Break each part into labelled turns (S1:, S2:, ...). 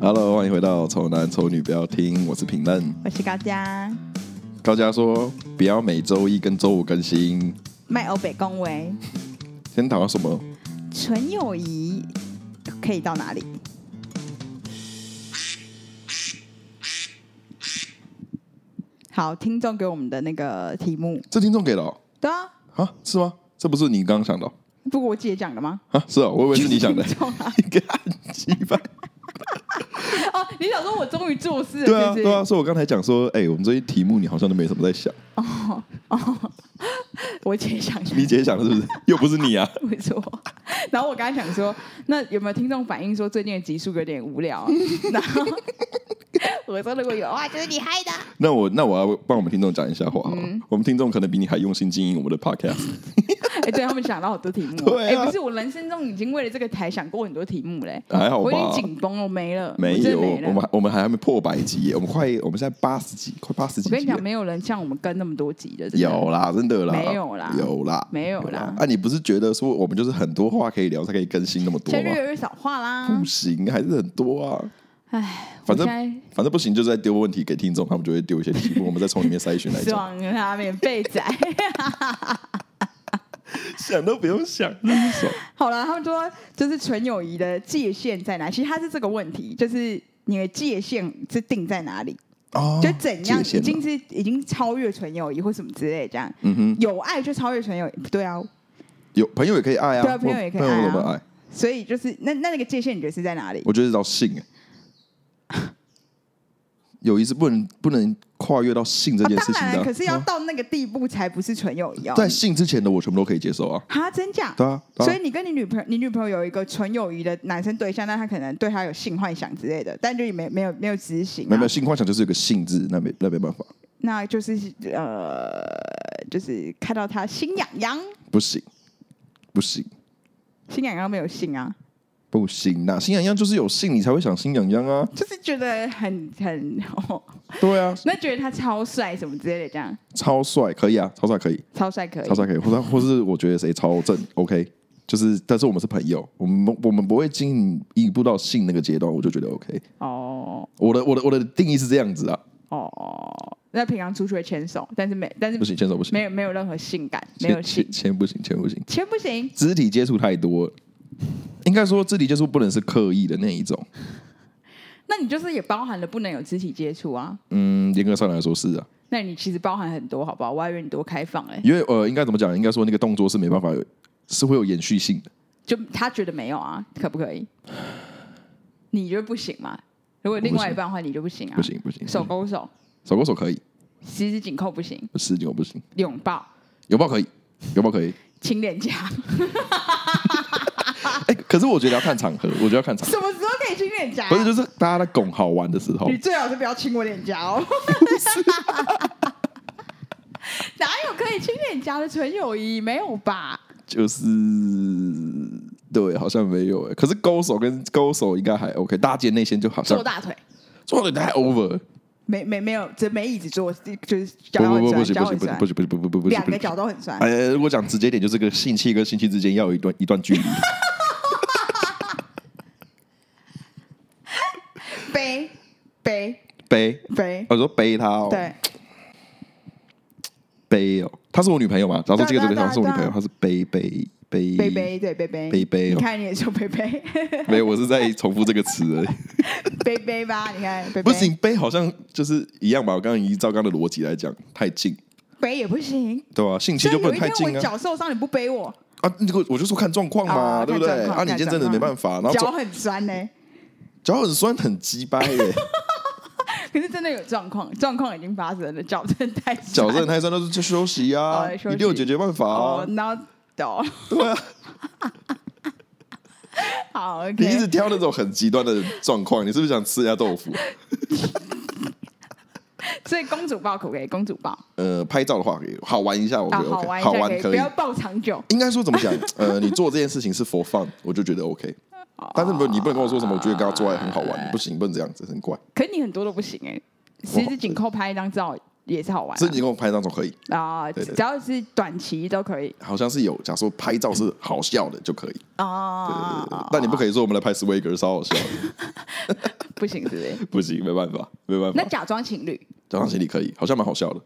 S1: Hello，欢迎回到《丑男丑女不要听》，我是评论
S2: 我是高嘉，
S1: 高嘉说，不要每周一跟周五更新。
S2: 麦欧北恭维，
S1: 先讨论什么？
S2: 纯友谊可以到哪里？好，听众给我们的那个题目，
S1: 这听众给的哦
S2: 对啊，
S1: 啊？是吗？这不是你刚刚想的哦
S2: 不过我姐讲的吗？
S1: 啊？是哦，我以为是你 想的。
S2: 听众啊
S1: 你看，鸡巴！
S2: 哦，你想说我终于做事
S1: 对啊，
S2: 了，是不
S1: 对啊，
S2: 是？
S1: 所以我刚才讲说，哎、我们这些题目你好像都没什么在想，
S2: 我姐想的
S1: 你姐想的是不是？ 又不是你啊？
S2: 不错。然后我刚才想说，那有没有听众反映说最近的集数有点无聊、 啊？然后我说如果有的话，就是你害的。啊
S1: 那我那我要帮我们听众讲一下话好了，
S2: 嗯
S1: 我们听众可能比你还用心经营我们的 podcast。
S2: 哎、对他们想到好多题目哦。
S1: 对啊
S2: 哎、不是，我人生中已经为了这个台想过很多题目嘞。
S1: 还好吧
S2: 哦我已经紧绷了，没了，
S1: 没
S2: 我真
S1: 有，我
S2: 的没了。
S1: 们还我们还没破百集耶，我们快我们现在八十集，快八十几
S2: 我
S1: 集
S2: 跟你
S1: 了
S2: 讲，。没有人像我们跟那么多集的，真的
S1: 有啦，真的啦，
S2: 没有啦
S1: 有啦，
S2: 没有啦
S1: 啊，你不是觉得说我们就是很多话可以聊，才可以更新那么多
S2: 现在
S1: 吗
S2: 越？来越少话啦
S1: 不。行，还是很多啊。
S2: 哎，
S1: 反正
S2: 啊我现
S1: 反正不行，就在丢问题给听众，他们就会丢一些题目，我们再从里面筛 选来
S2: 在
S1: 讲。
S2: 爽啊，免费仔。
S1: 想都不用想，真是爽。
S2: 好了，他们说就是纯友谊的界限在哪？其实它是这个问题，就是你的界限是定在哪里？
S1: 哦，
S2: 就怎样已
S1: 界限
S2: 经
S1: 了
S2: 是已经超越纯友谊或什么之类这样。
S1: 嗯哼，
S2: 有爱就超越纯友谊，不对啊。
S1: 有朋友也可以爱啊，
S2: 对啊朋友也可以爱啊
S1: 朋友怎么爱？
S2: 所以就是那那那个界限，你觉得是在哪里？
S1: 我觉得是到性欸，友谊是不能不能跨越到性这
S2: 啊
S1: 件事
S2: 当
S1: 情
S2: 然
S1: 的
S2: 了，
S1: 啊。
S2: 可是要
S1: 啊
S2: 到那个地步才不是纯友谊哦。
S1: 在性之前的我全部都可以接受啊。
S2: 哈，真假？
S1: 对啊，对啊
S2: 所以你跟你女朋友，你女朋友有一个纯友谊的男生对象，那他可能对他有性幻想之类的，但就也没没有没有执行、啊，
S1: 没有没有性幻想就是有个性质，那没那没办法，
S2: 那就是呃，就是看到他心痒痒，
S1: 不行，不行，
S2: 心痒痒没有性啊，
S1: 不行啊呐、心痒痒就是有性，你才会想心痒痒啊。
S2: 就是觉得很很、哦，
S1: 对啊，
S2: 那觉得他超帅什么之类的，这样
S1: 超帅可以啊，超帅可以，
S2: 超帅可以
S1: 超，帅可以，或者或是我觉得谁超正，OK，就是但是我们是朋友，我们我们不会经营一步到性那个阶段，我就觉得 OK。
S2: 哦
S1: 我的我的我的定义是这样子啊，
S2: 哦，那平常出去会牵手，但是没但是
S1: 不行，牵手不行，
S2: 没有没有任何性感，没有
S1: 牵
S2: 性
S1: 牵，牵不行，牵不行，
S2: 牵不行，
S1: 肢体接触太多了。应该说，肢体接触不能是刻意的那一种。
S2: 那你就是也包含了不能有肢体接触啊。
S1: 嗯，严格上来说是啊，
S2: 那你其实包含很多，好不好？我还以为你多开放哎、
S1: 因为呃，应该怎么讲？应该说那个动作是没办法有，是会有延续性的。
S2: 就他觉得没有啊，可不可以？你就不行嘛？如果另外一半的话，你就不行啊，
S1: 不，行不行，
S2: 手勾手，
S1: 手勾手可以，
S2: 十指紧扣不行，
S1: 十九不行，
S2: 拥抱、
S1: 拥抱可以，拥抱可以。
S2: 亲脸颊，
S1: 哎、可是我觉得要看场合，我觉得要看场合，
S2: 什么时候可以亲脸颊？啊
S1: 不是就是大家在拱好玩的时候
S2: 你，最好是不要亲我脸颊 哦。哪有可以亲脸颊的纯友谊？没有吧？
S1: 就是对，好像没有哎、可是勾手跟勾手应该还 OK，搭肩内线就好像
S2: 坐大腿，
S1: 做的太 over，
S2: 没没没有，这没椅子坐，就是脚
S1: 不不
S2: 很
S1: 不不
S2: 酸，
S1: 行
S2: 脚
S1: 不行
S2: 很
S1: 不行
S2: 酸
S1: 不，行不行不行不行不行，
S2: 两个脚都很酸。
S1: 哎、如果讲直接一点，就是个性器跟性器之间要有一段一段距离。
S2: 背背
S1: 背，
S2: 背，
S1: 我说背他哦，
S2: 对，
S1: 背哦，她是我女朋友嘛，假如说这
S2: 对
S1: 个
S2: 啊
S1: 这个她是
S2: 对啊
S1: 我女朋
S2: 对
S1: 友，
S2: 啊
S1: 她是背背背
S2: 背，背对背背
S1: 背背哦
S2: 你看你也说背 背
S1: 没有，我是在重复这个词 而已。
S2: 背背吧，你看背背
S1: 不行，背好像就是一样吧。我刚刚依照刚刚的逻辑来讲，太近，
S2: 背也不行。
S1: 对吧、性器
S2: 所
S1: 就
S2: 以
S1: 不
S2: 有
S1: 能
S2: 一
S1: 太
S2: 天
S1: 近
S2: 我
S1: 啊
S2: 脚受伤，你不背我，
S1: 啊！那个我就说看状况嘛，
S2: 哦
S1: 对不
S2: 看
S1: 对？
S2: 状况
S1: 啊，你今天真的没办法，然后
S2: 脚
S1: 脚
S2: 很酸呢、
S1: 脚很酸，很鸡掰 耶，
S2: 可是真的有状况，状况已经发生了，脚真的太酸
S1: 脚真的太酸，那就去休息啊
S2: 哦，休息
S1: 一定有解决办法
S2: 哦
S1: 啊，，
S2: 然后哦，
S1: 对啊。
S2: 好
S1: 你一直
S2: ，OK，
S1: 挑那种很极端的状况，你是不是想吃一下豆腐？
S2: 所以公主抱可不可以？公主抱啊，
S1: 呃，拍照的话可以好玩一下，我觉得 OK，、
S2: 好玩一
S1: 好
S2: 下
S1: 玩
S2: 以，
S1: 可
S2: 不
S1: 以
S2: 要。抱长久。
S1: 应该说怎么讲？ 呃，你做这件事情是 for fun，我就觉得 OK。但是你不，你不能跟我说什么，我觉得跟他做爱很好玩，不行，不能这样子，很怪。
S2: 可是你很多都不行哎、十指紧扣拍一张照也是好玩
S1: 所以你给我拍张照可以，
S2: 啊啊，
S1: 对对
S2: 只要是短期都可以
S1: 好像是有。假如说拍照是好笑的就可以，
S2: 啊。
S1: 但你不可以说我们来拍 Swagger 是好好笑的，
S2: 不行，是不是？
S1: 不行，没办法，没办
S2: 那
S1: 法。
S2: 假装情侣，
S1: 假装心里可以，好像蛮好笑的，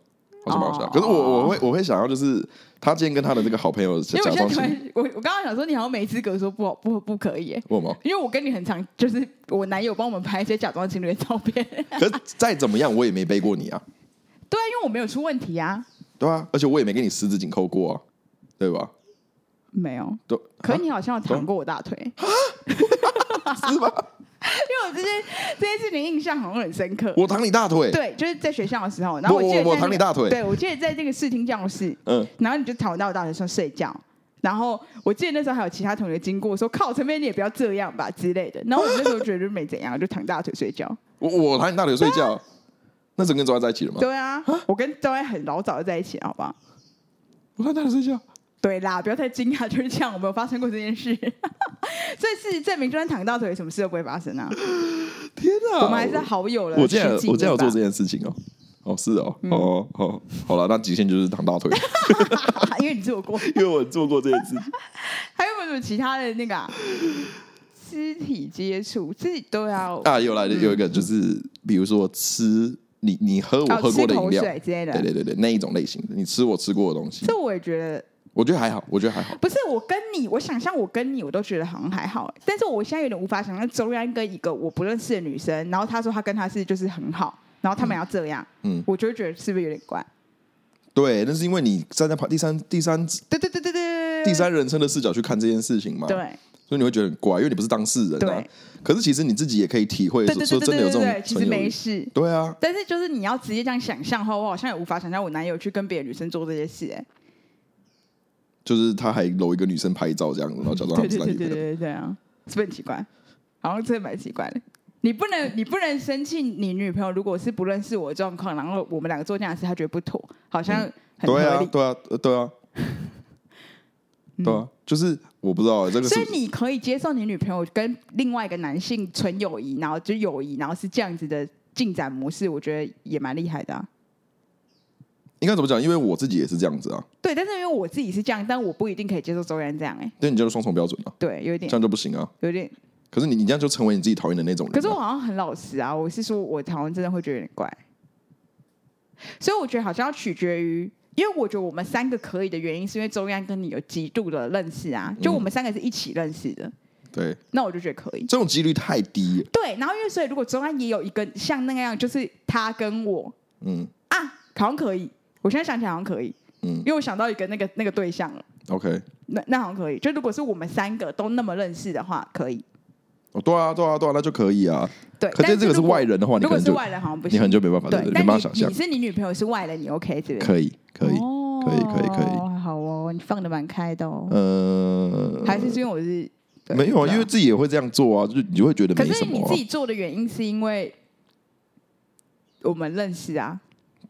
S1: 好像蛮好笑的
S2: 哦
S1: 可是我我会我会想要，就是他今天跟他的这个好朋友
S2: 因
S1: 假
S2: 为我现
S1: 装
S2: 在突
S1: 心里，
S2: 然，我我刚刚想说，你好像没资格说不好不不可以耶，
S1: 为什么？
S2: 因为我跟你很常就是我男友帮我们拍一些假装情侣的照片，
S1: 可是再怎么样，我也没背过你啊，
S2: 对啊，因为我没有出问题啊，
S1: 对啊，而且我也没给你十指紧扣过啊，对吧？
S2: 没有。
S1: 都
S2: 可你好像有躺过我大腿，
S1: 啊
S2: 因
S1: 是吧？
S2: 为我这件这件事情印象好像很深刻。
S1: 我躺你大腿，
S2: 对，就是在学校的时候，然后我
S1: 我
S2: 记得在
S1: 我我
S2: 那
S1: 躺你
S2: 个
S1: 大腿
S2: 对我记得在这个视听教室，
S1: 嗯，
S2: 然后你就躺到我大腿上睡觉。然后我记得那时候还有其他同学经过说：“靠，陈飞你也不要这样吧”之类的。然后我那时候觉得就没怎样，就躺大腿睡觉。
S1: 我我躺你大腿睡觉，那时候跟周安在一起了吗？
S2: 对啊，我跟周安很老早就在一起了，好不好？
S1: 我躺你大腿睡觉，
S2: 对啦，不要太惊讶，就是这样，我没有发生过这件事。 所以事实证明，就算躺大腿，什么事都不会发生啊。
S1: 天哪！
S2: 我们还是好友了。
S1: 哦我竟然
S2: 实际
S1: 我竟然有
S2: 对吧嗯
S1: 做这件事情哦。哦，是哦，哦，好，好了，那极限就是躺大 腿，
S2: 因为你做过。
S1: 因为我做过这件事情。
S2: 还有没有什么其他的那个、啊、肢体接触？自己对啊，哦
S1: 啊，有来有一个就是，比如说吃你你喝我喝过
S2: 哦啊吃
S1: 的饮
S2: 口
S1: 料，
S2: 水之类的。
S1: 对对对对，那一种类型的，你吃我吃过的东西，
S2: 这我也觉得
S1: 我觉得还好，我觉得还好。
S2: 不是我跟你，我想象我跟你，我都觉得好像还好。但是我现在有点无法想象周安跟一个我不认识的女生，然后她说她跟她是就是很好，然后他们要这样，
S1: 嗯
S2: 我就会觉得是不是有点怪？
S1: 对，那是因为你站在旁第三第三
S2: 对对对对对对，
S1: 第三人称的视角去看这件事情嘛，
S2: 对
S1: 所以你会觉得很怪，因为你不是当事人啊
S2: 对。
S1: 可是其实你自己也可以体会，
S2: 对对
S1: 说
S2: 对
S1: 说
S2: 对
S1: 真的有
S2: 对
S1: 这种
S2: 对，其实
S1: 纯友
S2: 没
S1: 谊
S2: 事。
S1: 对啊，
S2: 但是就是你要直接这样想象的话，我好像也无法想象我男友去跟别的女生做这些事、哎，
S1: 就是他还搂一个女生拍照这样，然后假装他
S2: 对
S1: 们是男女
S2: 对嗯对对
S1: 朋友。
S2: 对对啊，是不是很奇怪？好像真的蛮奇怪的。你不能，你不能生气你女朋友，如果是不认识我的状况，然后我们两个做这样的事，她觉得不妥，好像很合
S1: 对啊，
S2: 理。嗯
S1: 对啊，呃对啊，对啊，就是我不知道这个
S2: 所以
S1: 是
S2: 你可以接受你女朋友跟另外一个男性纯友谊，然后就友谊，然后是这样子的进展模式，我觉得也蛮厉害的、啊。
S1: 应该怎么讲，因为我自己也是这样子啊，
S2: 对，但是因为我自己是这样，但我不一定可以接受周然这样、哎，
S1: 对你就是双重标准啊，
S2: 对，有一点
S1: 这，样就不行啊。
S2: 有一点。
S1: 可是你你这样就成为你自己讨厌的那种人啊。
S2: 可是我好像很老实啊，我是说我好像真的会觉得有点怪，所以我觉得好像要取决于，因为我觉得我们三个可以的原因是因为周安跟你有极度的认识啊，就我们三个是一起认识的，
S1: 对
S2: 那我就觉得可以。
S1: 这种几率太低了，
S2: 对，然后因为所以如果周安也有一个像那样，就是他跟我
S1: 嗯
S2: 啊，好像可以，我现在想起来好像可以，
S1: 嗯
S2: 因为我想到一个那个那个对象了，
S1: ，OK，
S2: 那那好像可以，就如果是我们三个都那么认识的话，可以。
S1: 哦，对啊，对啊，对啊，那就可以啊。
S2: 对，
S1: 可
S2: 但
S1: 是这个是
S2: 如果
S1: 外，人的话，你
S2: 如
S1: 可
S2: 果
S1: 能
S2: 是
S1: 就
S2: 外人好像不
S1: 你
S2: 行
S1: 可。能就没办法，对
S2: 对
S1: 对，，对没
S2: 但你
S1: 办法想象
S2: 你。是你女朋友是外人，你 OK 是不是？
S1: 可以，可以，
S2: 哦
S1: 可以可以可以
S2: 好哦，你放的蛮开的哦。
S1: 呃，
S2: 还是是因为我是对
S1: 没有啊，
S2: 不知道
S1: 因为自己也会这样做啊，就你就会觉得
S2: 可
S1: 没
S2: 是
S1: 什
S2: 你
S1: 么、啊
S2: 自，己做的原因是因为我们认识啊，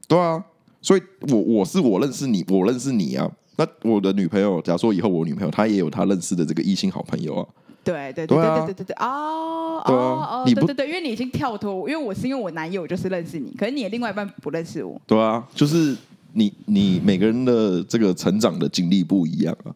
S1: 对啊，所以我我是我认识你，我认识你啊。那我的女朋友，假如说以后我女朋友，她也有她认识的这个异性好朋友啊，
S2: 对对
S1: 对
S2: 对
S1: 啊
S2: 对对对对哦
S1: 对啊
S2: 哦哦，
S1: 你
S2: 对
S1: 不
S2: 对对，因为你已经跳脱我，因为我是因为我男友就是认识你，可是你的另外一半不认识我，
S1: 对啊，就是你你每个人的这个成长的经历不一样啊。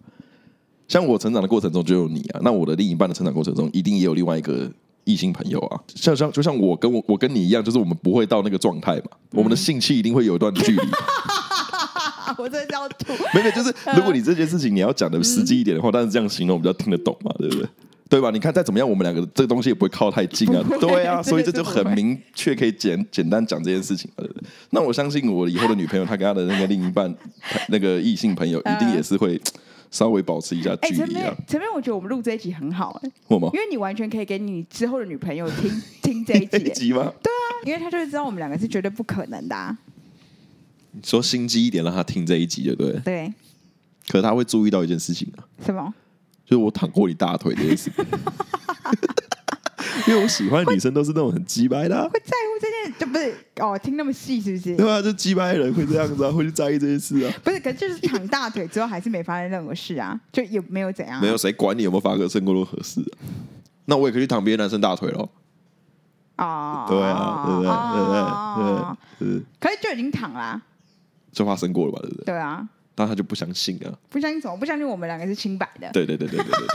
S1: 像我成长的过程中就有你啊，那我的另一半的成长过程中一定也有另外一个异性朋友啊。像像就像我跟我我跟你一样，就是我们不会到那个状态嘛，我们的性气一定会有一段距离。
S2: 啊， 我真的要吐。
S1: 没有，就是如果你这件事情你要讲的实际一点的话，但是这样形容比较听得懂嘛，对不对？对吧？你看再怎么样，我们两个这个东西也不会靠太近啊
S2: 不，会
S1: 对啊，
S2: 对对
S1: 所以这就
S2: 对
S1: 很
S2: 不会
S1: 明确可以简简单讲这件事情嘛，对不对？那我相信我以后的女朋友，她跟她的那个另一半，那个异性朋友，一定也是会稍微保持一下
S2: 哎，
S1: 距
S2: 陈
S1: 离啊哦
S2: 妹，，陈妹，我觉得我们录这一集很好哎，
S1: 我吗
S2: 因？为你完全可以给你之后的女朋友听听这一
S1: 这
S2: 集
S1: 一
S2: 哎，
S1: 集吗？
S2: 因为她就会知道我们两个是绝对不可能的啊。
S1: 你说心机一点，让她听这一集，对不对？
S2: 对，
S1: 可她会注意到一件事情啊，
S2: 什么？
S1: 就是我躺过你大腿这件事。 因为我喜欢的女生都是那种很鸡掰的啊、
S2: 会在乎这件，就不是哦，听那么细是不是
S1: 对？吧、就鸡掰人会这样子 啊，会去在意这些事啊。
S2: 不是，可是就是躺大腿之后还是没发生任何事啊，就也没有怎样啊、
S1: 没有谁管你有没有发个胜过都合适、啊，那我也可以去躺别的男生大腿咯。
S2: 哦，
S1: 对啊，对不对？对不对？对
S2: 哦
S1: 不对？对不对
S2: 可是就已经躺啦、
S1: 就发生过了吧，对不对？
S2: 对啊，
S1: 但他就不相信啊。
S2: 不相信什么？不相信我们两个是清白的？
S1: 对对对对对对对，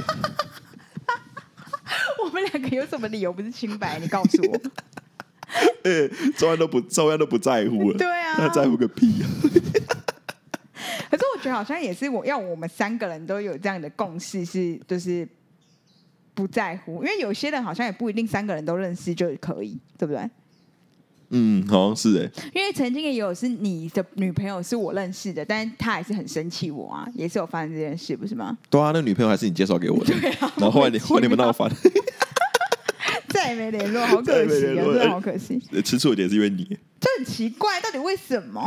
S2: 我们两个有什么理由不是清白？你告诉 我。
S1: 周安都不周安都不在乎了，
S2: 对啊，
S1: 他在乎个屁啊！
S2: 可是我觉得好像也是我要我们三个人都有这样的共识，是就是不在乎，因为有些人好像也不一定三个人都认识就可以，对不对？
S1: 嗯，好像是哎、
S2: 因为曾经也有是你的女朋友是我认识的，但是她还是很生气我啊，也是有发生这件事，不是吗？
S1: 对啊，那女朋友还是你介绍给我的，
S2: 啊
S1: 然后后来你后来你们闹翻，
S2: 再也没联络，好可
S1: 再也没
S2: 惜
S1: 联
S2: 啊，
S1: 络哎
S2: 真的好可惜，
S1: 吃醋的点是因为你。
S2: 这很奇怪，到底为什么？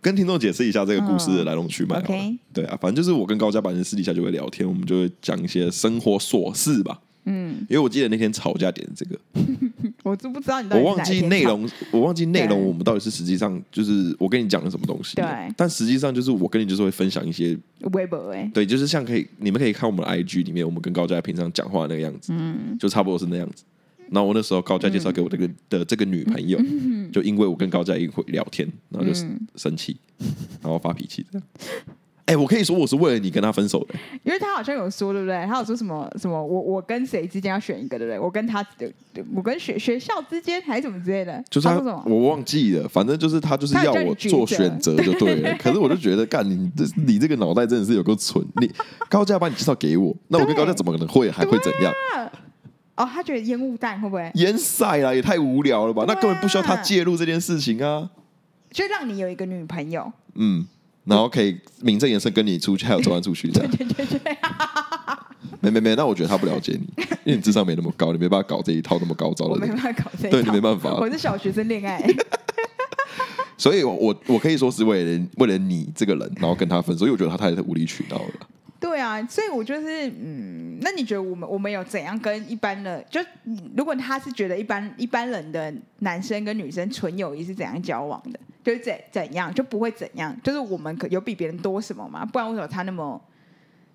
S1: 跟听众解释一下这个故事的来龙去脉、好了
S2: 嗯 OK
S1: 对啊，反正就是我跟高嘉本人私底下就会聊天，我们就会讲一些生活琐事吧。嗯，因为我记得那天吵架点是这个，
S2: 我都不知道你到
S1: 我
S2: 底是
S1: 忘
S2: 哪一
S1: 记
S2: 天
S1: 内
S2: 吵
S1: 容，我忘记内容，
S2: 对
S1: 我们到底是实际上就是我跟你讲了什么东西了
S2: 对，
S1: 但实际上就是我跟你就是会分享一些，
S2: 微博哎、
S1: 对，就是像可以你们可以看我们的 IG 里面，我们跟高嘉平常讲话那个样子，嗯，就差不多是那样子。然后我那时候高嘉介绍给我这个、的这个女朋友，就因为我跟高嘉一会聊天，然后就生气，然后发脾气这样。哎、我可以说我是为了你跟他分手的，
S2: 因为他好像有说，对不对？他有说什么什么，我我跟谁之间要选一个，对不对？我跟他，对对我跟学学校之间还是什么之类的，
S1: 就是
S2: 他
S1: 他
S2: 说什么？
S1: 我忘记了，反正就是他就是要我做选择就对 了。可是我就觉得，干你这你这个脑袋真的是有够蠢，你高价把你介绍给我，那我跟
S2: 对
S1: 高价怎么可能会还会怎样？
S2: 哦，他觉得烟雾弹会不会
S1: 淹晒啦，也太无聊了吧？
S2: 对
S1: 那
S2: 啊
S1: 根本不需要他介入这件事情啊。
S2: 就让你有一个女朋友？
S1: 嗯，然后可以名正言顺跟你出去，还有周安出去这样。
S2: 对对对，
S1: 没没没，那我觉得他不了解你，因为你智商没那么高，你没办法搞这一套那么高招
S2: 我
S1: 的
S2: 没
S1: 那
S2: 办
S1: 个。
S2: 法搞这一
S1: 哦对你
S2: 套
S1: 没办法
S2: 我是小学生恋爱，
S1: 所以我，我我可以说是为了为了你这个人，然后跟他分手，因为我觉得他太无理取闹了。
S2: 对啊，所以我就是嗯，那你觉得我们我们有怎样跟一般的？就如果他是觉得一般一般人的男生跟女生纯友谊是怎样交往的？就是怎怎样就不会怎样？就是我们可有比别人多什么吗？不然为什么他那么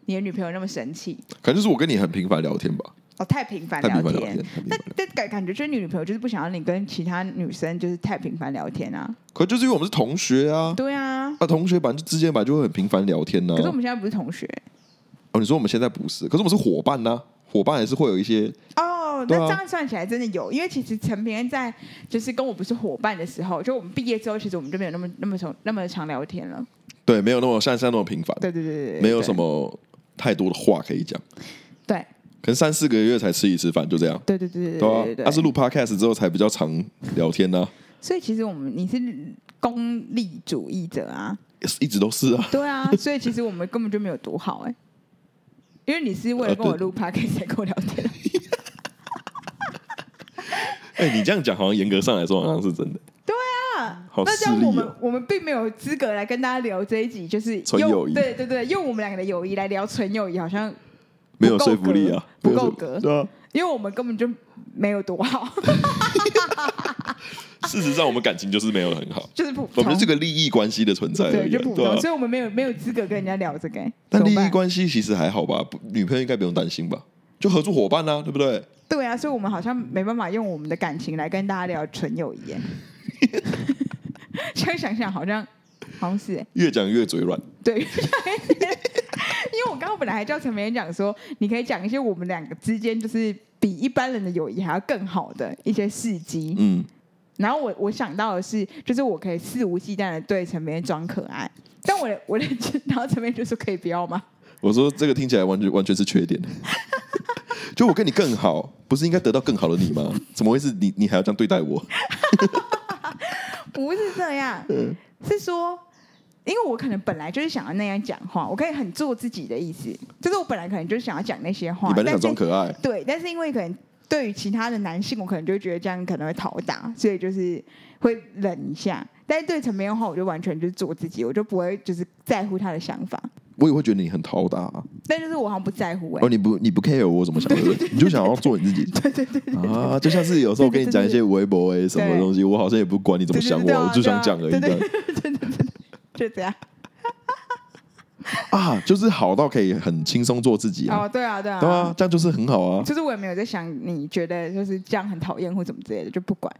S2: 你的女朋友那么生气？
S1: 可能就是我跟你很频繁聊天吧，
S2: 哦，太频繁
S1: 太
S2: 聊
S1: 频繁聊
S2: 天
S1: 天，。太频繁
S2: 那
S1: 聊天
S2: 但感感觉就是你女朋友就是不想让你跟其他女生就是太频繁聊天啊，
S1: 可就是因为我们是同学啊，
S2: 对啊。
S1: 啊，同学本来就之间本来就会很频繁聊天呢、
S2: 可是我们现在不是同学
S1: 哦，你说我们现在不是，可是我们是伙伴呢、伙伴还是会有一些，
S2: 哦，那
S1: 对啊
S2: 这样算起来真的有，因为其实陈平安在就是跟我不是伙伴的时候，就我们毕业之后，其实我们就没有那么那么常那么常聊天了。
S1: 对，没有那么像现在那么频繁，
S2: 对对对对对，
S1: 没有什
S2: 么
S1: 么太多的话可以讲，
S2: 对
S1: 可能三四个月才吃一次饭，就这样。
S2: 对对对对
S1: 对啊
S2: 对，对
S1: 他、是
S2: 对。
S1: 录 podcast 之后才比较常聊天啊呢、
S2: 所以其实我们你是功利主义者啊，
S1: 一直都是啊。
S2: 对啊，所以其实我们根本就没有多好哎、因为你是为了
S1: 呃
S2: 跟我
S1: 对
S2: 录 p o d 才跟我聊天，
S1: 哎、你这样讲好像严格上来说好像是真的， 好
S2: 啊那这样
S1: 势利
S2: 我们
S1: 哦
S2: 我们并没有资格来跟大家聊这一集，就是
S1: 纯
S2: 用
S1: 友谊
S2: 对对对，用我们两个的友谊来聊纯友谊，好像
S1: 没有说服力啊，
S2: 不
S1: 没有
S2: 够
S1: 说
S2: 格
S1: 对啊。
S2: 因为我们根本就没有多好，
S1: 事实上，我们感情就是没有 很好，
S2: 就是普
S1: 我
S2: 通，
S1: 们是个利益关系的存在而
S2: 对，
S1: 已
S2: 就
S1: 啊、
S2: 普
S1: 对啊
S2: 通，所以我们没有没有资格跟人家聊这个、欸。
S1: 但利
S2: 怎么
S1: 益
S2: 办
S1: 关系其实还好吧，不女朋友应该不用担心吧？就合作伙伴呢、啊，对不对？
S2: 对啊，所以我们好像没办法用我们的感情来跟大家聊纯 友谊、欸。现在想想好像好像是、欸、
S1: 越讲越嘴软，
S2: 对， 因为我刚刚本来还叫陈明恩讲说，你可以讲一些我们两个之间就是比一般人的友谊还要更好的一些事迹。
S1: 嗯，
S2: 然后我我想到的是，就是我可以肆无忌惮的对陈明恩装可爱，但我的我的，然后陈明恩就说可以不要吗？
S1: 我说这个听起来完全完全是缺点。 就我跟你更好，不是应该得到更好的你吗？怎么会是你你还要这样对待我？
S2: 不是这样，
S1: 嗯
S2: 是说，因为我可能本来就是想要那样讲话，我可以很做自己的意思，就是我本来可能就是想要讲那些话
S1: 你，本来
S2: 但
S1: 想装
S2: 是
S1: 可爱，
S2: 对，但是因为可能对于其他的男性，我可能就会觉得这样可能会讨打，所以就是会忍一下。但是对陈明恩的话，我就完全就是做自己，我就不会就是在乎他的想法。
S1: 我也会觉得你很讨打、啊。
S2: 但就是我好像不在乎哎、
S1: 哦，你不你不 care 我怎么想，对不对？你就想要做你自 己。对对对啊，就像是有时候我跟你讲一些微博哎什么东西，我好像也不管你怎么想
S2: 对对对
S1: 我，
S2: 对啊
S1: 我就想讲而已。
S2: 对
S1: 这样
S2: 对 就这样。
S1: 啊，就是好到可以很轻松做自己啊，
S2: 哦，对啊，对啊，
S1: 对啊，这样就是很好啊。
S2: 就是我也没有在想你觉得就是这样很讨厌或怎么之类的，就不管。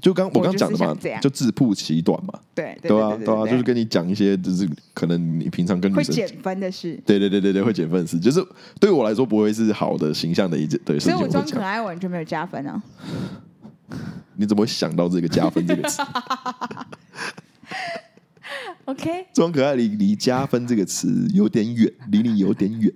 S1: 就刚我刚讲的嘛
S2: 我就是想这，样
S1: 就自曝其短嘛，
S2: 对对
S1: 吧？
S2: 对
S1: 对啊，就是跟你讲一些，就是可能你平常跟女
S2: 会
S1: 生，
S2: 减分的事。
S1: 对对对对对，会减分是，就是对我来说不会是好的形象的一件，对，
S2: 所以
S1: 事
S2: 我
S1: 情会
S2: 装可
S1: 讲。
S2: 爱完全没有加分啊！
S1: 你怎么会想到这个加分这个词？
S2: OK，
S1: 装可爱离离加分这个词有点远，离你有点远。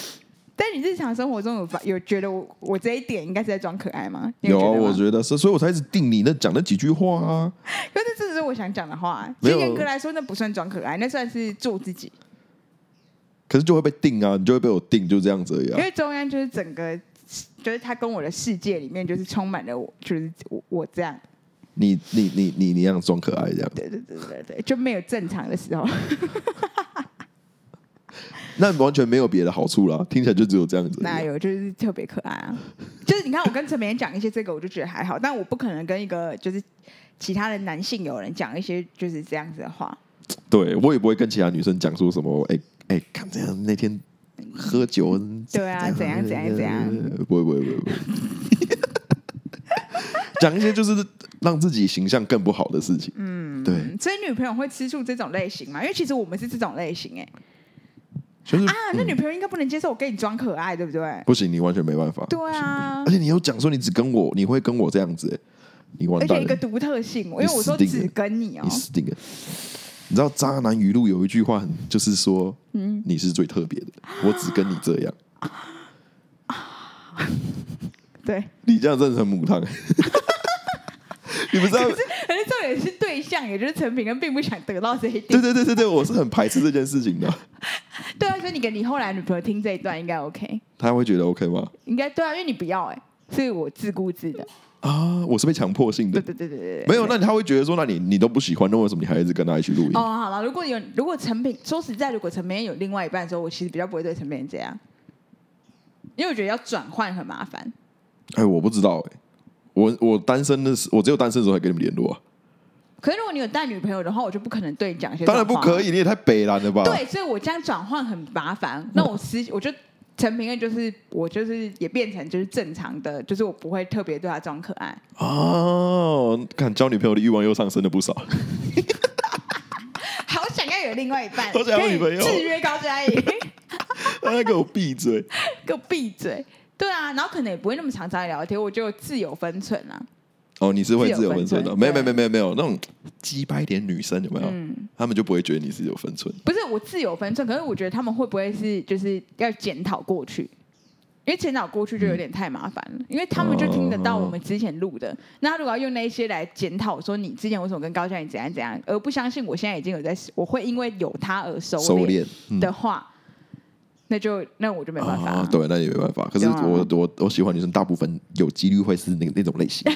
S2: 但你日常生活中有发有觉得我我这一点应该是在装可爱吗？ 你
S1: 有啊，
S2: 觉得吗
S1: 我觉得是，所以我才一直定你那讲那几句话啊。
S2: 可是这只是我想讲的话。啊
S1: 没
S2: 其
S1: 有
S2: 实严格来说，那不算装可爱，那算是做自己。
S1: 可是就会被定啊，你就会被我定，就这样子而已、
S2: 因
S1: 啊。
S2: 为中央就是整个，就是他跟我的世界里面就是充满了我，就是我我这样，
S1: 你你你你你那样装可爱这样，
S2: 对对对对对，就没有正常的时候。
S1: 那完全没有别的好处啦。听起来就只有这样子而已啊。
S2: 哪有就是特别可爱啊？就是你看我跟陈美妍讲一些这个，我就觉得还好，但我不可能跟一个就是其他的男性友人讲一些就是这样子的话。
S1: 对我也不会跟其他女生讲说什么，哎、哎，看、这样那天喝酒，
S2: 对啊怎样怎样怎样，
S1: 不会不会不会不会， 讲一些就是让自己形象更不好的事情，嗯，对，
S2: 嗯，所以女朋友会吃醋这种类型嘛？因为其实我们是这种类型哎、
S1: 就是
S2: 啊，那女朋友应该不能接受我跟你装可爱，对不对？
S1: 不行，你完全没办法，
S2: 对啊
S1: 而，且你又讲说你只跟我，你会跟我这样子、哎你完
S2: 而
S1: 蛋
S2: 且一个
S1: 了，
S2: 独特性，因
S1: 你
S2: 为我说
S1: 死定了
S2: 只跟你哦、
S1: 你死定了。你知道渣男语录有一句话很，就是说，嗯，你是最特别的，我只跟你这样。
S2: 对。
S1: 你这样真的很母汤。 你不知道，
S2: 可是重点是对象，也就是陈品根并不想得到这一
S1: 对
S2: 点。
S1: 对对对对，我是很排斥这件事情的。
S2: 对啊，所以你给你后来女朋友听这一段应该 OK，
S1: 他会觉得 OK 吗？
S2: 应该对啊，因为你不要哎、所以我自顾自的。
S1: 啊，我是被强迫性
S2: 对
S1: 的，
S2: 对对对对对。
S1: 没有，那他会觉得说，那你你都不喜欢，那为什么你还一直跟他一起录音？
S2: 哦，好了，如果有如果陈品，说实在，如果陈品有另外一半的时候，我其实比较不会对陈品这样，因为我觉得要转换很麻烦。
S1: 哎，我不知道哎、我我单身的时，我只有单身的时候才跟你们联络啊，
S2: 可是如果你有带女朋友的话，我就不可能对你讲一些。
S1: 当然不可。以，你也啊太北蓝了吧？
S2: 对，所以我这样转换很麻烦。那我私 我就陈平恩就是我就是也变成就是正常的，就是我不会特别对他装可爱。
S1: 哦，看交女朋友的欲望又上升了不少，
S2: 好想要有另外一半，
S1: 好想要女朋友
S2: 可以制约高佳颖，
S1: 他给我闭嘴。
S2: 给我闭嘴。对啊，然后可能也不会那么常常聊天，我就自有分寸啊。
S1: 哦，你是会自
S2: 自
S1: 有
S2: 有
S1: 分
S2: 分
S1: 寸
S2: 寸
S1: 的，
S2: 对
S1: 没有没有没有没有没有那种鸡掰一点女生有没有？他们就不会觉得你是有分寸。
S2: 不是我自有分寸，可是我觉得他们会不会是就是要检讨过去？因为检讨过去就有
S1: 嗯
S2: 点太麻烦了，因为他们
S1: 哦
S2: 就听得到我们之前录的。那如果要用那一些来检讨说你之前为什么跟高佳颖怎样怎样，而不相信我现在已经有在，我会因为有他而收
S1: 收敛嗯
S2: 的话，那就那我就没办法、
S1: 啊，对，那也没办法。可是
S2: 对啊
S1: 我我我喜欢女生，大部分有几率会是那那种类 型。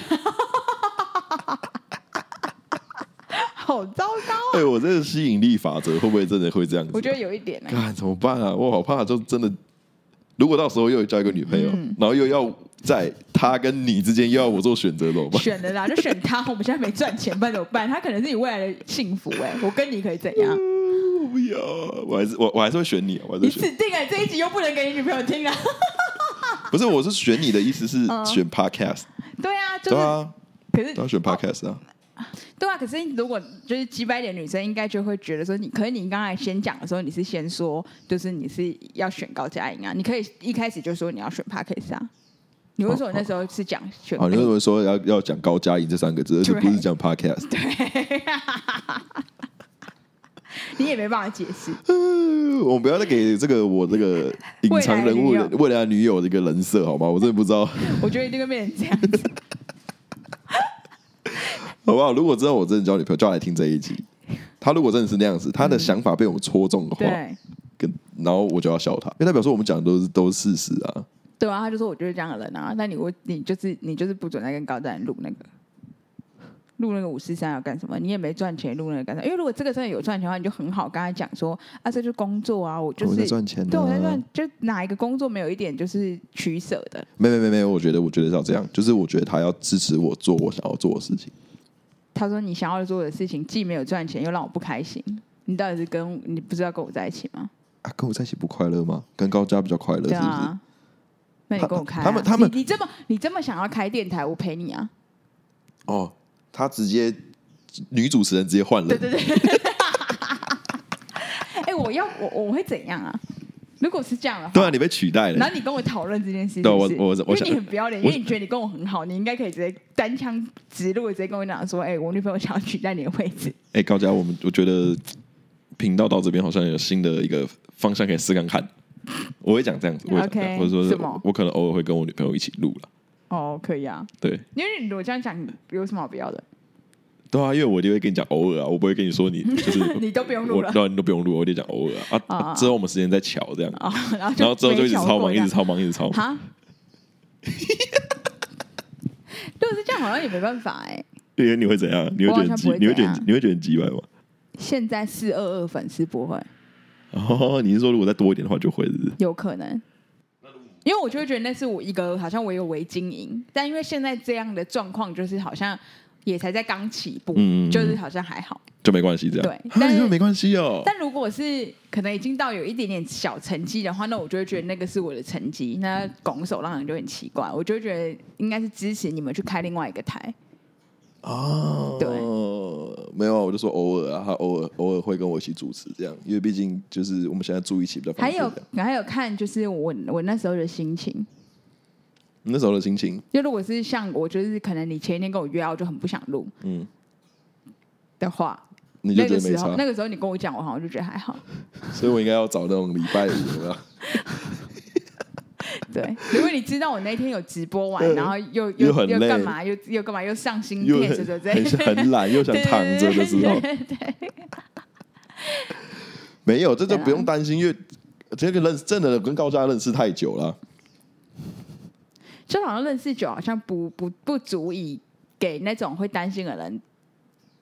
S2: 好糟糕。
S1: 哎、我这个吸引力法则会不会真的会这样子？
S2: 我觉得有一点呢、
S1: 干怎么办啊？我好怕，就真的，如果到时候又有交一个女朋友，
S2: 嗯
S1: 然后又要在她跟你之间又要我做选择，怎么办？
S2: 选的啦，就选他。我们现在没赚钱，不然怎么办？他可能是你未来的幸福哎、我跟你可以怎 样？
S1: 我不要啊，我还是我我还是会选你啊，我还是
S2: 你
S1: 会
S2: 死
S1: 选。
S2: 定了，这一集又不能给你女朋友听了。啊
S1: 不是，我是选你的意思是选 podcast，、
S2: 对啊，嗯就是，
S1: 对啊，
S2: 可是
S1: 都要选 podcast 啊。
S2: 对啊，可是如果就是几百点女生，应该就会觉得说你，可是你刚才先讲的时候，你是先说，就是你是要选高佳颖啊，你可以一开始就说你要选 p a c k e 啊。你为什么那时候是讲选？
S1: 啊，你为什么说要要讲高嘉颖这三个字，而且不是讲 podcast？
S2: 你也没办法解释。
S1: 我们不要再给这个我这个隐藏人物
S2: 未来女友
S1: 未来女友的一个人设好吗？我真的不知道，
S2: 我觉得一定会变成这 样子。
S1: 好不好？如果之后我真的交女朋友，叫她来听这一 集。她如果真的是那样子，她的想法被我戳中的话，
S2: 对，
S1: 跟然后我就要笑她，因为代表说我们讲的都是都是事实啊。
S2: 对啊，他就说我就是这样的人啊。那你我你就是你就是不准再跟高赞录那个录那个五四三要干什么？你也没赚钱，录那个干什么？因为如果这个真的有赚钱的话，你就很好跟他讲说啊，这就是工作啊，我就
S1: 我
S2: 是
S1: 在赚钱、啊，
S2: 对我在赚，就哪一个工作没有一点就是取舍的？
S1: 没有没有没有，我觉得我觉得是要这样，就是我觉得她要支持我做我想要做的事情。
S2: 他说你想要做的事情既没有赚钱，又让我不开心。你到底是跟你不是要跟我在一起吗？
S1: 啊，跟我在一起不快乐吗？跟高嘉比较快乐，是
S2: 对
S1: 不是？
S2: 啊，那你跟我开啊、
S1: 他们他们
S2: 你你这么你这么想要开电台，我陪你啊。
S1: 哦，他直接女主持人直接换
S2: 对
S1: 人，
S2: 对对。哎、我要我我会怎样啊？如果是这样的话，
S1: 对啊，你被取代
S2: 然
S1: 了
S2: 后。你跟我讨论这件事情，
S1: 对我我我
S2: 因为
S1: 想
S2: 你很不要脸，
S1: 我
S2: 因为你觉得你跟我很好，你应该可以直接单枪直入，直接跟我讲说，哎、我女朋友想要取代你的位置。
S1: 哎、高佳，我们我觉得频道到这边好像有新的一个方向可以试看看。我会讲这样子，我会讲这样
S2: OK，
S1: 或者说
S2: 什么
S1: 是我可能偶尔会跟我女朋友一起录了。
S2: 哦，可以啊，
S1: 对
S2: 因为你如果这样讲，你有什么好不要的？
S1: 对啊，因为我一定会跟你讲偶尔啊，我不会跟你说你就是
S2: 你都不用录
S1: 我
S2: 了
S1: 对啊，你都不用录，我就讲偶尔啊啊
S2: 啊啊
S1: 之后我们时间再瞧这样，
S2: 哦，然后
S1: 然后之后就一直
S2: 没想
S1: 超
S2: 过
S1: 忙，一
S2: 这
S1: 直
S2: 样
S1: 超忙，一直超忙。
S2: 哈，如果是这样，好像也没办法哎、
S1: 因为你会怎样？你会觉得很急
S2: 我好像不会
S1: 你会觉得
S2: 怎样
S1: 很你会觉得很急歪吗？
S2: 现在四二二粉丝不会，
S1: 哦，你是说如果再多一点的话就会是不是
S2: 有可能。因为我就会觉得那是我一个好像我有为经营，但因为现在这样的状况，就是好像也才在刚起步，
S1: 嗯嗯嗯哦
S2: 就是好像还好。
S1: 就没关系这样？
S2: 对
S1: 啊
S2: 但
S1: 你
S2: 是
S1: 说没关系哦。
S2: 但如果是可能已经到有一点点小成绩的话，那我就会觉得那个是我的成绩，那拱手让人就很奇怪。我就会觉得应该是支持你们去开另外一个台，
S1: 哦，
S2: 对，
S1: 没有啊，我就说偶尔啊，他偶尔偶尔会跟我一起主持这样，因为毕竟就是我们现在住一起比较方
S2: 还
S1: 便。
S2: 有
S1: 这样
S2: 还有看就是我我那时候的心情。
S1: 那时候的心情，
S2: 就如果是像我，就是可能你前一天跟我约啊，我就很不想录
S1: 嗯，
S2: 的话，
S1: 你就
S2: 那
S1: 觉
S2: 个
S1: 得没
S2: 时
S1: 差，
S2: 候那个时候你跟我讲，我好像就觉得还好。
S1: 所以我应该要找那种礼拜五啊的。
S2: 对， 如果你知道我那天有直播完，
S1: 嗯
S2: 然后又
S1: 又
S2: 又
S1: 很
S2: 又
S1: 累
S2: 干嘛，又又干嘛，又上心
S1: 又
S2: 嗯贴，这这
S1: 很
S2: 这，
S1: 很很懒，又想躺着的时候，没有，这就不用担心，因为这个认识真的跟高嘉认识太久了。
S2: 就好像认识久，好像不不不足以给那种会担心的人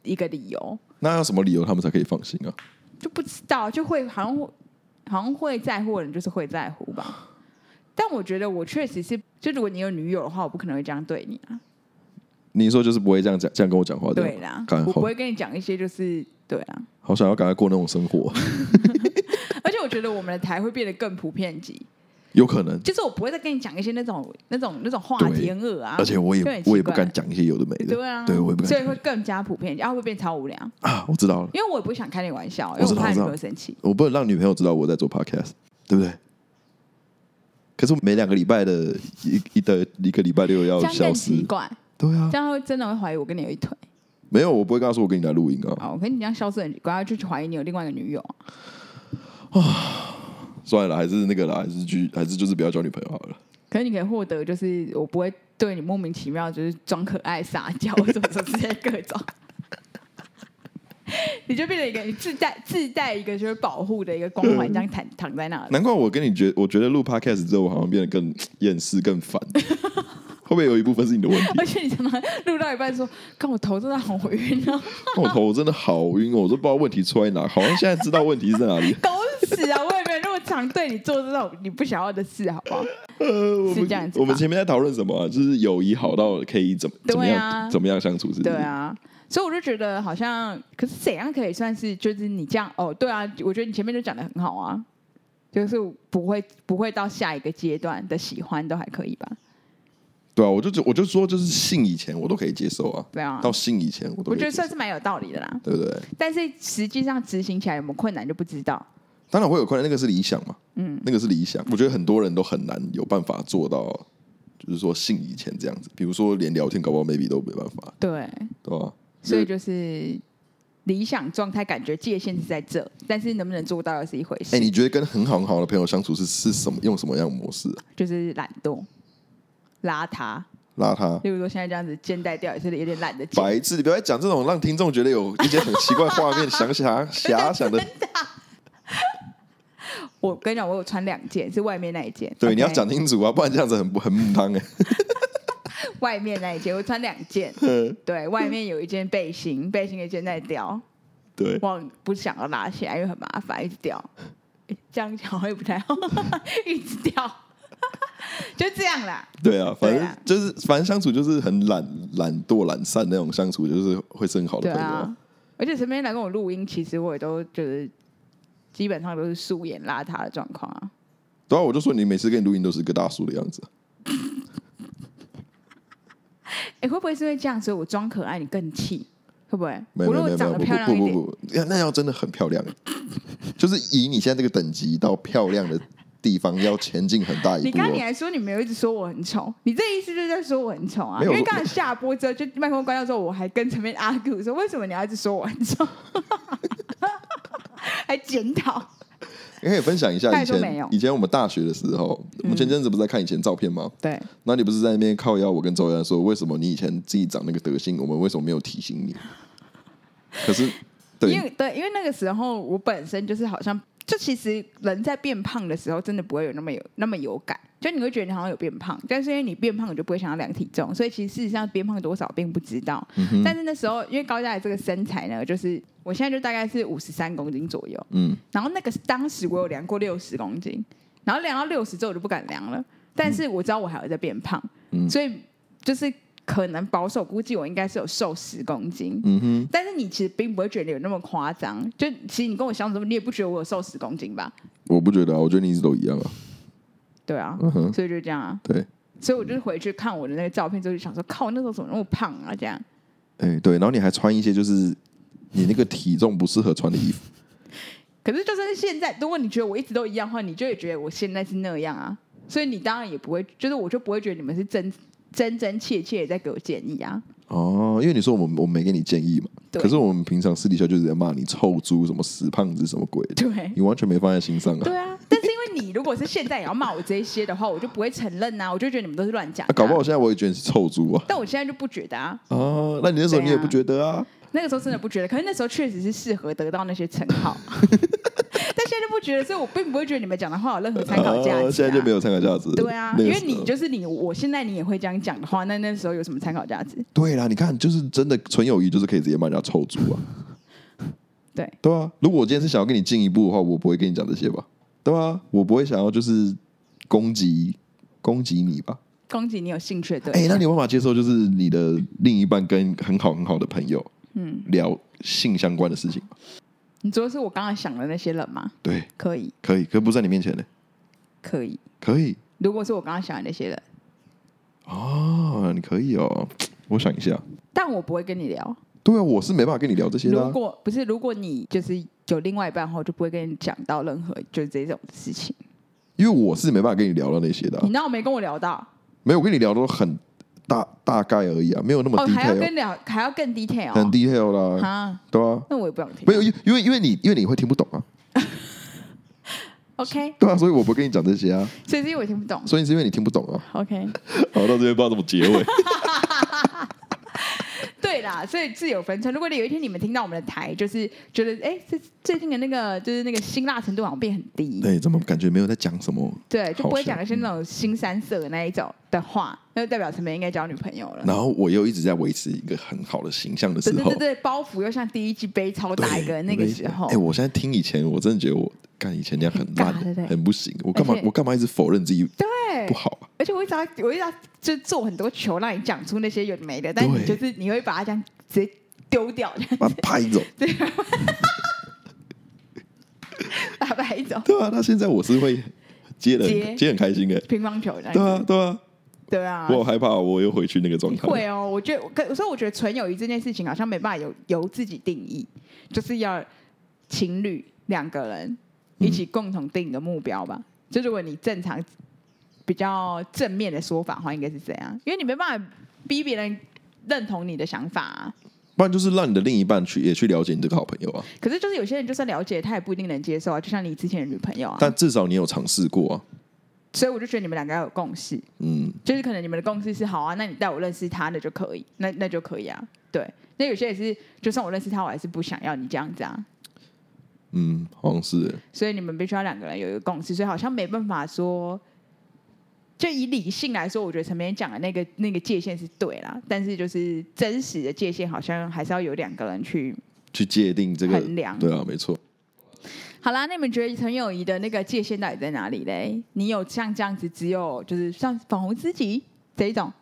S2: 一个理由，
S1: 那要什么理由他们才可以放心啊？
S2: 就不知道就会好像会好像会在乎的人就是会在乎吧。但我觉得我确实是，就如果你有女友的话，我不可能会这样对你啊。
S1: 你说就是不会这样讲，这样跟我讲话的，
S2: 对啦，
S1: 感
S2: 我不
S1: 好
S2: 会跟你讲一些就是对啦，
S1: 好想要赶快过那种生活，
S2: 而且我觉得我们的台会变得更普遍级，
S1: 有可能，
S2: 就是我不会再跟你讲一些那种那种那种话
S1: 对
S2: 题很恶啊，
S1: 而且我
S2: 就
S1: 也
S2: 很奇怪
S1: 我也不敢讲一些有的没的，
S2: 对啊，
S1: 对我也不敢
S2: 所
S1: 讲
S2: 以会更加普遍级，然、后会变超无聊，
S1: 啊，我知道了，
S2: 因为我也不想开你玩笑，因
S1: 我
S2: 为
S1: 知
S2: 我
S1: 道
S2: 怕
S1: 我
S2: 你
S1: 知道
S2: 会生气。
S1: 我不能让女朋友知道我在做 podcast，对不对？可是我每两个礼拜的一一的一个礼拜六要
S2: 这样
S1: 哦消
S2: 更
S1: 失
S2: 奇，怪，
S1: 对啊
S2: 这，样会真的会怀疑我跟你有一腿
S1: 没有，我不会跟他说我跟你来录音啊，
S2: 啊！我跟你这样消失很奇怪，就去怀疑你有另外一个女友啊。
S1: 算了，还是那个啦，还是去，还是就是不要交女朋友好了。
S2: 可是你可以获得，就是我不会对你莫名其妙就是装可爱撒娇什么什么之类的各种， 你就变成一个你自带自带一个就是保护的一个光环，这样躺躺在那里。
S1: 难怪我跟你觉，我觉得录 podcast 之后，我好像变得更厌世、更 烦。会不会有一部分是你的问题？
S2: 而且你他妈录到一半说，看我头真的好晕啊，
S1: 我头我真的好晕哦，我都不知道问题出在哪，好像现在知道问题是在哪里。
S2: 狗屎啊！我也没有那么常对你做这种你不想要的事，好不好？
S1: 呃， 我
S2: 是
S1: 们
S2: 这样子吧
S1: 我们前面在讨论什么啊、就是友谊好到可以怎么怎么
S2: 对
S1: 样、
S2: 啊
S1: 怎么样相处是不是？
S2: 对，啊，所以我就觉得好像，可是怎样可以算是就是你这样哦？对啊，我觉得你前面就讲的很好啊，就是不会不会到下一个阶段的喜欢都还可以吧？
S1: 对啊，我就我就说，就是性以前我都可以接受啊，
S2: 对啊，
S1: 到性以前我都可
S2: 我
S1: 以
S2: 觉
S1: 接
S2: 得
S1: 受
S2: 算，是蛮有道理的啦。
S1: 对不对？
S2: 但是实际上执行起来有没有困难就不知道。
S1: 当然会有困难，那个是理想嘛，嗯，那个是理想。我觉得很多人都很难有办法做到，就是说性以前这样子，比如说连聊天搞不好 maybe 都没办法，
S2: 对，
S1: 对吧？
S2: 所以就是理想状态感觉界限是在这，但是能不能做到又是一回事。
S1: 哎、你觉得跟很好很好的朋友相处是是什么用什么样的模式、啊？
S2: 就是懒惰、邋遢，
S1: 邋遢、
S2: 例如说现在这样子肩带掉也是有点懒得剪。
S1: 白痴，你不要再讲这种让听众觉得有一些很奇怪画面，想遐 遐想的。
S2: 我跟你讲，我有穿两件，是外面那一件。
S1: 对
S2: OK
S1: 你要讲清楚啊，不然这样子很不很木汤 哎。
S2: 外面那一件，我穿两件。对，外面有一件背心， 背心的肩带掉，
S1: 对，啊
S2: 我不想要拉起来，因为很麻烦，一直掉。诶这样讲好像也不太好， 一直掉， 就这样啦。
S1: 对啊，反
S2: 对
S1: 正
S2: 啊
S1: 就是反正相处就是很懒懒惰懒散那种相处，就是会是很好
S2: 对
S1: 的朋友啊。
S2: 啊，而且身边来跟我录音，其实我也都就是基本上都是素颜邋遢的状况啊。
S1: 对啊，我就说你每次跟你录音都是一个大叔的样子啊。
S2: 哎、会不会是因为这样，所以我装可爱你更气？会不会？
S1: 没
S2: 我
S1: 有
S2: 如
S1: 没有
S2: 果
S1: 没有没有
S2: 长得
S1: 不
S2: 漂亮一
S1: 不
S2: 点，
S1: 不不，那那要真的很漂亮，就是以你现在这个等级到漂亮的地方要前进很大一
S2: 你
S1: 步、
S2: 刚刚你
S1: 哦。
S2: 还说你没有一直说我很丑，你这意思就是在说我很丑啊？
S1: 没
S2: 因
S1: 有
S2: 为刚才下播之后，就麦克风关掉之后，我还跟陈面 argue 说为什么你要一直说我很丑， 还检讨。
S1: 你可以分享一下
S2: 太
S1: 以
S2: 多没有
S1: 前以前我们大学的时候，我们前阵子不是在看以前照片吗？
S2: 对，
S1: 那你不是在那边靠腰我跟周洋说，为什么你以前自己长那个德性，我们为什么没有提醒 你？可是，
S2: 因
S1: 对，
S2: 为对，因为那个时候我本身就是好像，就其实人在变胖的时候，真的不会有那么有那么有感，就你会觉得你好像有变胖，但是因为你变胖，你就不会想要量体重，所以其实事实上变胖多少并不知道。
S1: 嗯
S2: 但是那时候因为高嘉的这个身材呢，就是我现在就大概是五十三公斤左右，
S1: 嗯，
S2: 然后那个当时我有量过六十公斤，然后量到六十之后我就不敢量了，但是我知道我还有在变胖，
S1: 嗯
S2: 所以就是可能保守估计我应该是有瘦十公斤，
S1: 嗯哼，
S2: 但是你其实并不会觉得有那么夸张，就其实你跟我相处这么，你也不觉得我有瘦十公斤吧？
S1: 我不觉得啊，我觉得你一直都一样啊，
S2: 对啊，
S1: 嗯哼，
S2: 所以就这样啊。
S1: 对，
S2: 所以我就是回去看我的那个照片之后，就想说，靠，那时候怎么那么胖啊？这样，
S1: 哎、对，然后你还穿一些就是你那个体重不适合穿的衣服，
S2: 可是就算是现在，如果你觉得我一直都一样的话，你就会觉得我现在是那样啊。所以你当然也不会，就是我就不会觉得你们是真真真切切地在给我建议啊。
S1: 哦，因为你说我们我们没给你建议嘛，
S2: 对
S1: 可是我们平常私底下就是在骂你臭猪、什么死胖子、什么鬼的，
S2: 对，
S1: 你完全没放在心上啊。
S2: 对啊。但是因为你如果是现在也要骂我这一些的话，我就不会承认呐、啊，我就觉得你们都是乱讲、
S1: 啊搞不好。现在我也觉得你是臭猪啊！
S2: 但我现在就不觉得啊。
S1: 哦，那你那时候
S2: 对啊
S1: 你也不觉得啊？
S2: 那个时候真的不觉得，可是那时候确实是适合得到那些称 号，但现在就不觉得，所以我并不会觉得你们讲的话有任何参考价值、啊
S1: 哦现在就没有参考价值。
S2: 对啊，
S1: 那
S2: 因
S1: 个
S2: 为
S1: 时候
S2: 你就是你，我现在你也会这样讲的话，那那时候有什么参考价值？
S1: 对啦，你看，就是真的纯友谊，就是可以直接骂人家臭猪啊。
S2: 对，
S1: 对啊，如果我今天是想要跟你进一步的话，我不会跟你讲这些吧？对啊，我不会想要就是攻击攻击你吧？
S2: 攻击你有兴趣的对
S1: 哎、那
S2: 象，
S1: 你有办法接受就是你的另一半跟很好很好的朋友，嗯，聊性相关的事情吗？
S2: 你主要是我刚刚想的那些人吗？
S1: 对，
S2: 可以，
S1: 可以，可不在你面前呢，
S2: 可以。
S1: 可以
S2: 如果是我刚刚想的那些人，
S1: 哦，你可以哦，我想一下，
S2: 但我不会跟你聊。
S1: 对啊，我是没办法跟你聊这些的、
S2: 如
S1: 啊，
S2: 果不是，如果你就是有另外一半的话，我就不会跟你讲到任何就是这种事情。
S1: 因为我是没办法跟你聊到那些的啊、
S2: 你那我没跟我聊到，
S1: 没有我跟你聊都很大大概而已啊，没有那么
S2: 哦，还要
S1: detail，、
S2: 跟聊，还要更 detail，
S1: 很 detail 啦，
S2: 啊。
S1: 对啊，
S2: 那我也不想听。
S1: 没有，因因为因为你因为你会听不懂啊，
S2: OK，
S1: 对啊，所以我不跟你讲这些啊，
S2: 所以是因为我听不懂。
S1: 所以是因为你听不懂啊。
S2: OK，
S1: 好，到这边不知道怎么结尾。
S2: 对啦，所以自有分寸。如果你有一天你们听到我们的台，就是觉得哎，这最近的那个就是那个辛辣程度好像变很低，
S1: 对，怎么感觉没有在讲什么？
S2: 对，就不会讲一些
S1: 好嗯像
S2: 那种新三色的那一种的话，那就代表陈梅应该交女朋友了。
S1: 然后我又一直在维持一个很好的形象的时
S2: 对对
S1: 候
S2: 对，对，包袱又像第一季背超
S1: 对
S2: 大一个那个时候
S1: 哎、，我现在听以前，我真的觉得我干以前那样很烂啊
S2: 很尬对不，对
S1: 很不行。我干嘛
S2: 而且
S1: 我干嘛一直否认自己
S2: 对
S1: 不，好啊？
S2: 而且我一直要我一直要就做很多球让你讲出那些有的没的，但你
S1: 对
S2: 就是你会把它这样直接丢掉， 这样
S1: 把它拍走。
S2: 把它拍走，
S1: 对啊，那现在我是会接的
S2: 接哎
S1: 接很开心哎、
S2: 乒乓球这样
S1: 对。啊对啊，
S2: 对啊，
S1: 我好害怕，我又回去那个状态。
S2: 会哦，我觉得，可所以我觉得纯友谊这件事情好像没办法由由自己定义，就是要情侣两个人一起共同定一个目标吧。就如果你正常比较正面的说法的话，应该是这样，因为你没办法逼别人认同你的想法、啊。
S1: 不然就是让你的另一半去也去了解你这个好朋友啊。
S2: 可是就是有些人就算了解，他也不一定能接受啊。就像你之前的女朋友啊
S1: 但，至少你有尝试过啊。
S2: 所以我就觉得你们两个要有共识，
S1: 嗯，
S2: 就是可能你们的共识是好啊，那你带我认识他，那就可以，那那就可以啊。对，那有些也是，就算我认识他，我还是不想要你这样子啊。
S1: 嗯，好像是欸。
S2: 所以你们必须要两个人有一个共识，所以好像没办法说，就以理性来说，我觉得陈明讲的那个那个界限是对啦，但是就是真实的界限好像还是要有两个人去。
S1: 去界定这个
S2: 衡量
S1: 对啊，没错。
S2: 好啦，那你们觉得陈友谊的那个界限到底在哪里嘞？你有像这样子，只有就是像粉红知己这一种，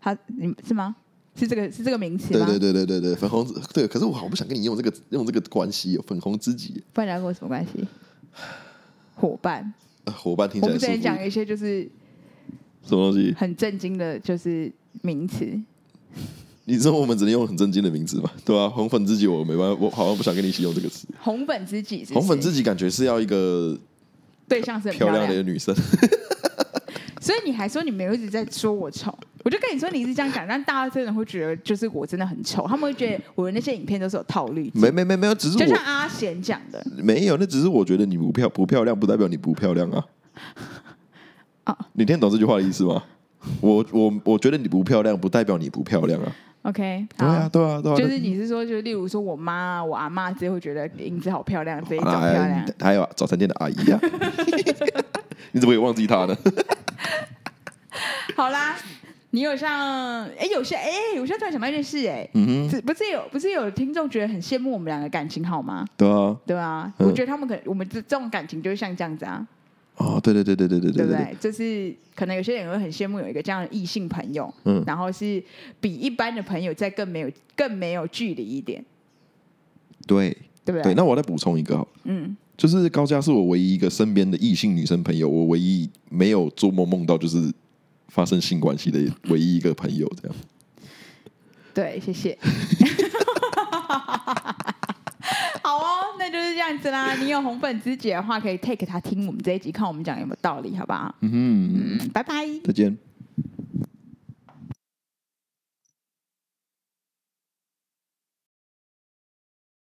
S2: 他你们是吗？是这个是这个名词
S1: 对
S2: 吗？
S1: 对对对对对，粉红知对，可是我好不想跟你用这个用这个关系哦，粉红知己
S2: 不然你要跟我什么关系？伙伴，
S1: 呃伙伴听
S2: 我
S1: 起
S2: 们
S1: 来
S2: 之
S1: 舒服
S2: 前
S1: 一点。
S2: 讲一些就是
S1: 什么东西？
S2: 很震惊的，就是名词，
S1: 你知道我们只能用很正经的名字嘛，对吧、红粉知己我没办法，我好像不想跟你一起用这个词。
S2: 红粉知己是不
S1: 红
S2: 是
S1: 粉知己感觉是要一个
S2: 对象是很
S1: 漂
S2: 漂
S1: 亮
S2: 亮
S1: 的一个女生，
S2: 所以你还说你没有一直在说我丑，我就跟你说你一直这样讲，但大家真的会觉得就是我真的很丑，他们会觉得我的那些影片都是有套路，
S1: 没没没没有，只是
S2: 就像
S1: 我
S2: 阿贤讲的
S1: 没有，那只是我觉得你不漂不漂亮，不代表你不漂亮 啊。
S2: 哦
S1: 你听得懂这句话的意思吗？我我我觉得你不漂亮，不代表你不漂亮啊。
S2: ，OK，
S1: 对啊，
S2: 好。
S1: 对啊，对啊。
S2: 哦就是你是说，就是例如说我妈啊、我阿妈直接会觉得影子好漂亮，直接
S1: 那
S2: 长漂亮
S1: 哎。还有早餐店的阿姨 啊，你怎么也忘记她呢？
S2: 好啦，你有像哎、有些哎、我现在突然想到一件事哎、
S1: 嗯哼，
S2: 是不是有不是有听众觉得很羡慕我们两个感情好吗？
S1: 对啊，
S2: 对啊，
S1: 嗯
S2: 我觉得他们可能我们这这种感情就是像这样子啊，
S1: 哦，对对对对对对
S2: 对不
S1: 对，
S2: 对？就是可能有些人会很羡慕有一个这样的异性朋友，
S1: 嗯
S2: 然后是比一般的朋友再更没有更没有距离一点，
S1: 对
S2: 对不
S1: 对。那我再补充一个好了，
S2: 嗯，
S1: 就是高嘉是我唯一一个身边的异性女生朋友，我唯一没有做梦梦到就是发生性关系的唯一一个朋友，这样。
S2: 对，谢谢。 好哦，那就是这样子啦。你有红粉知己的话，可以 take 他听我们这一集，看我们讲有没有道理，好不好？
S1: 嗯哼，
S2: 嗯，拜拜。
S1: 再见。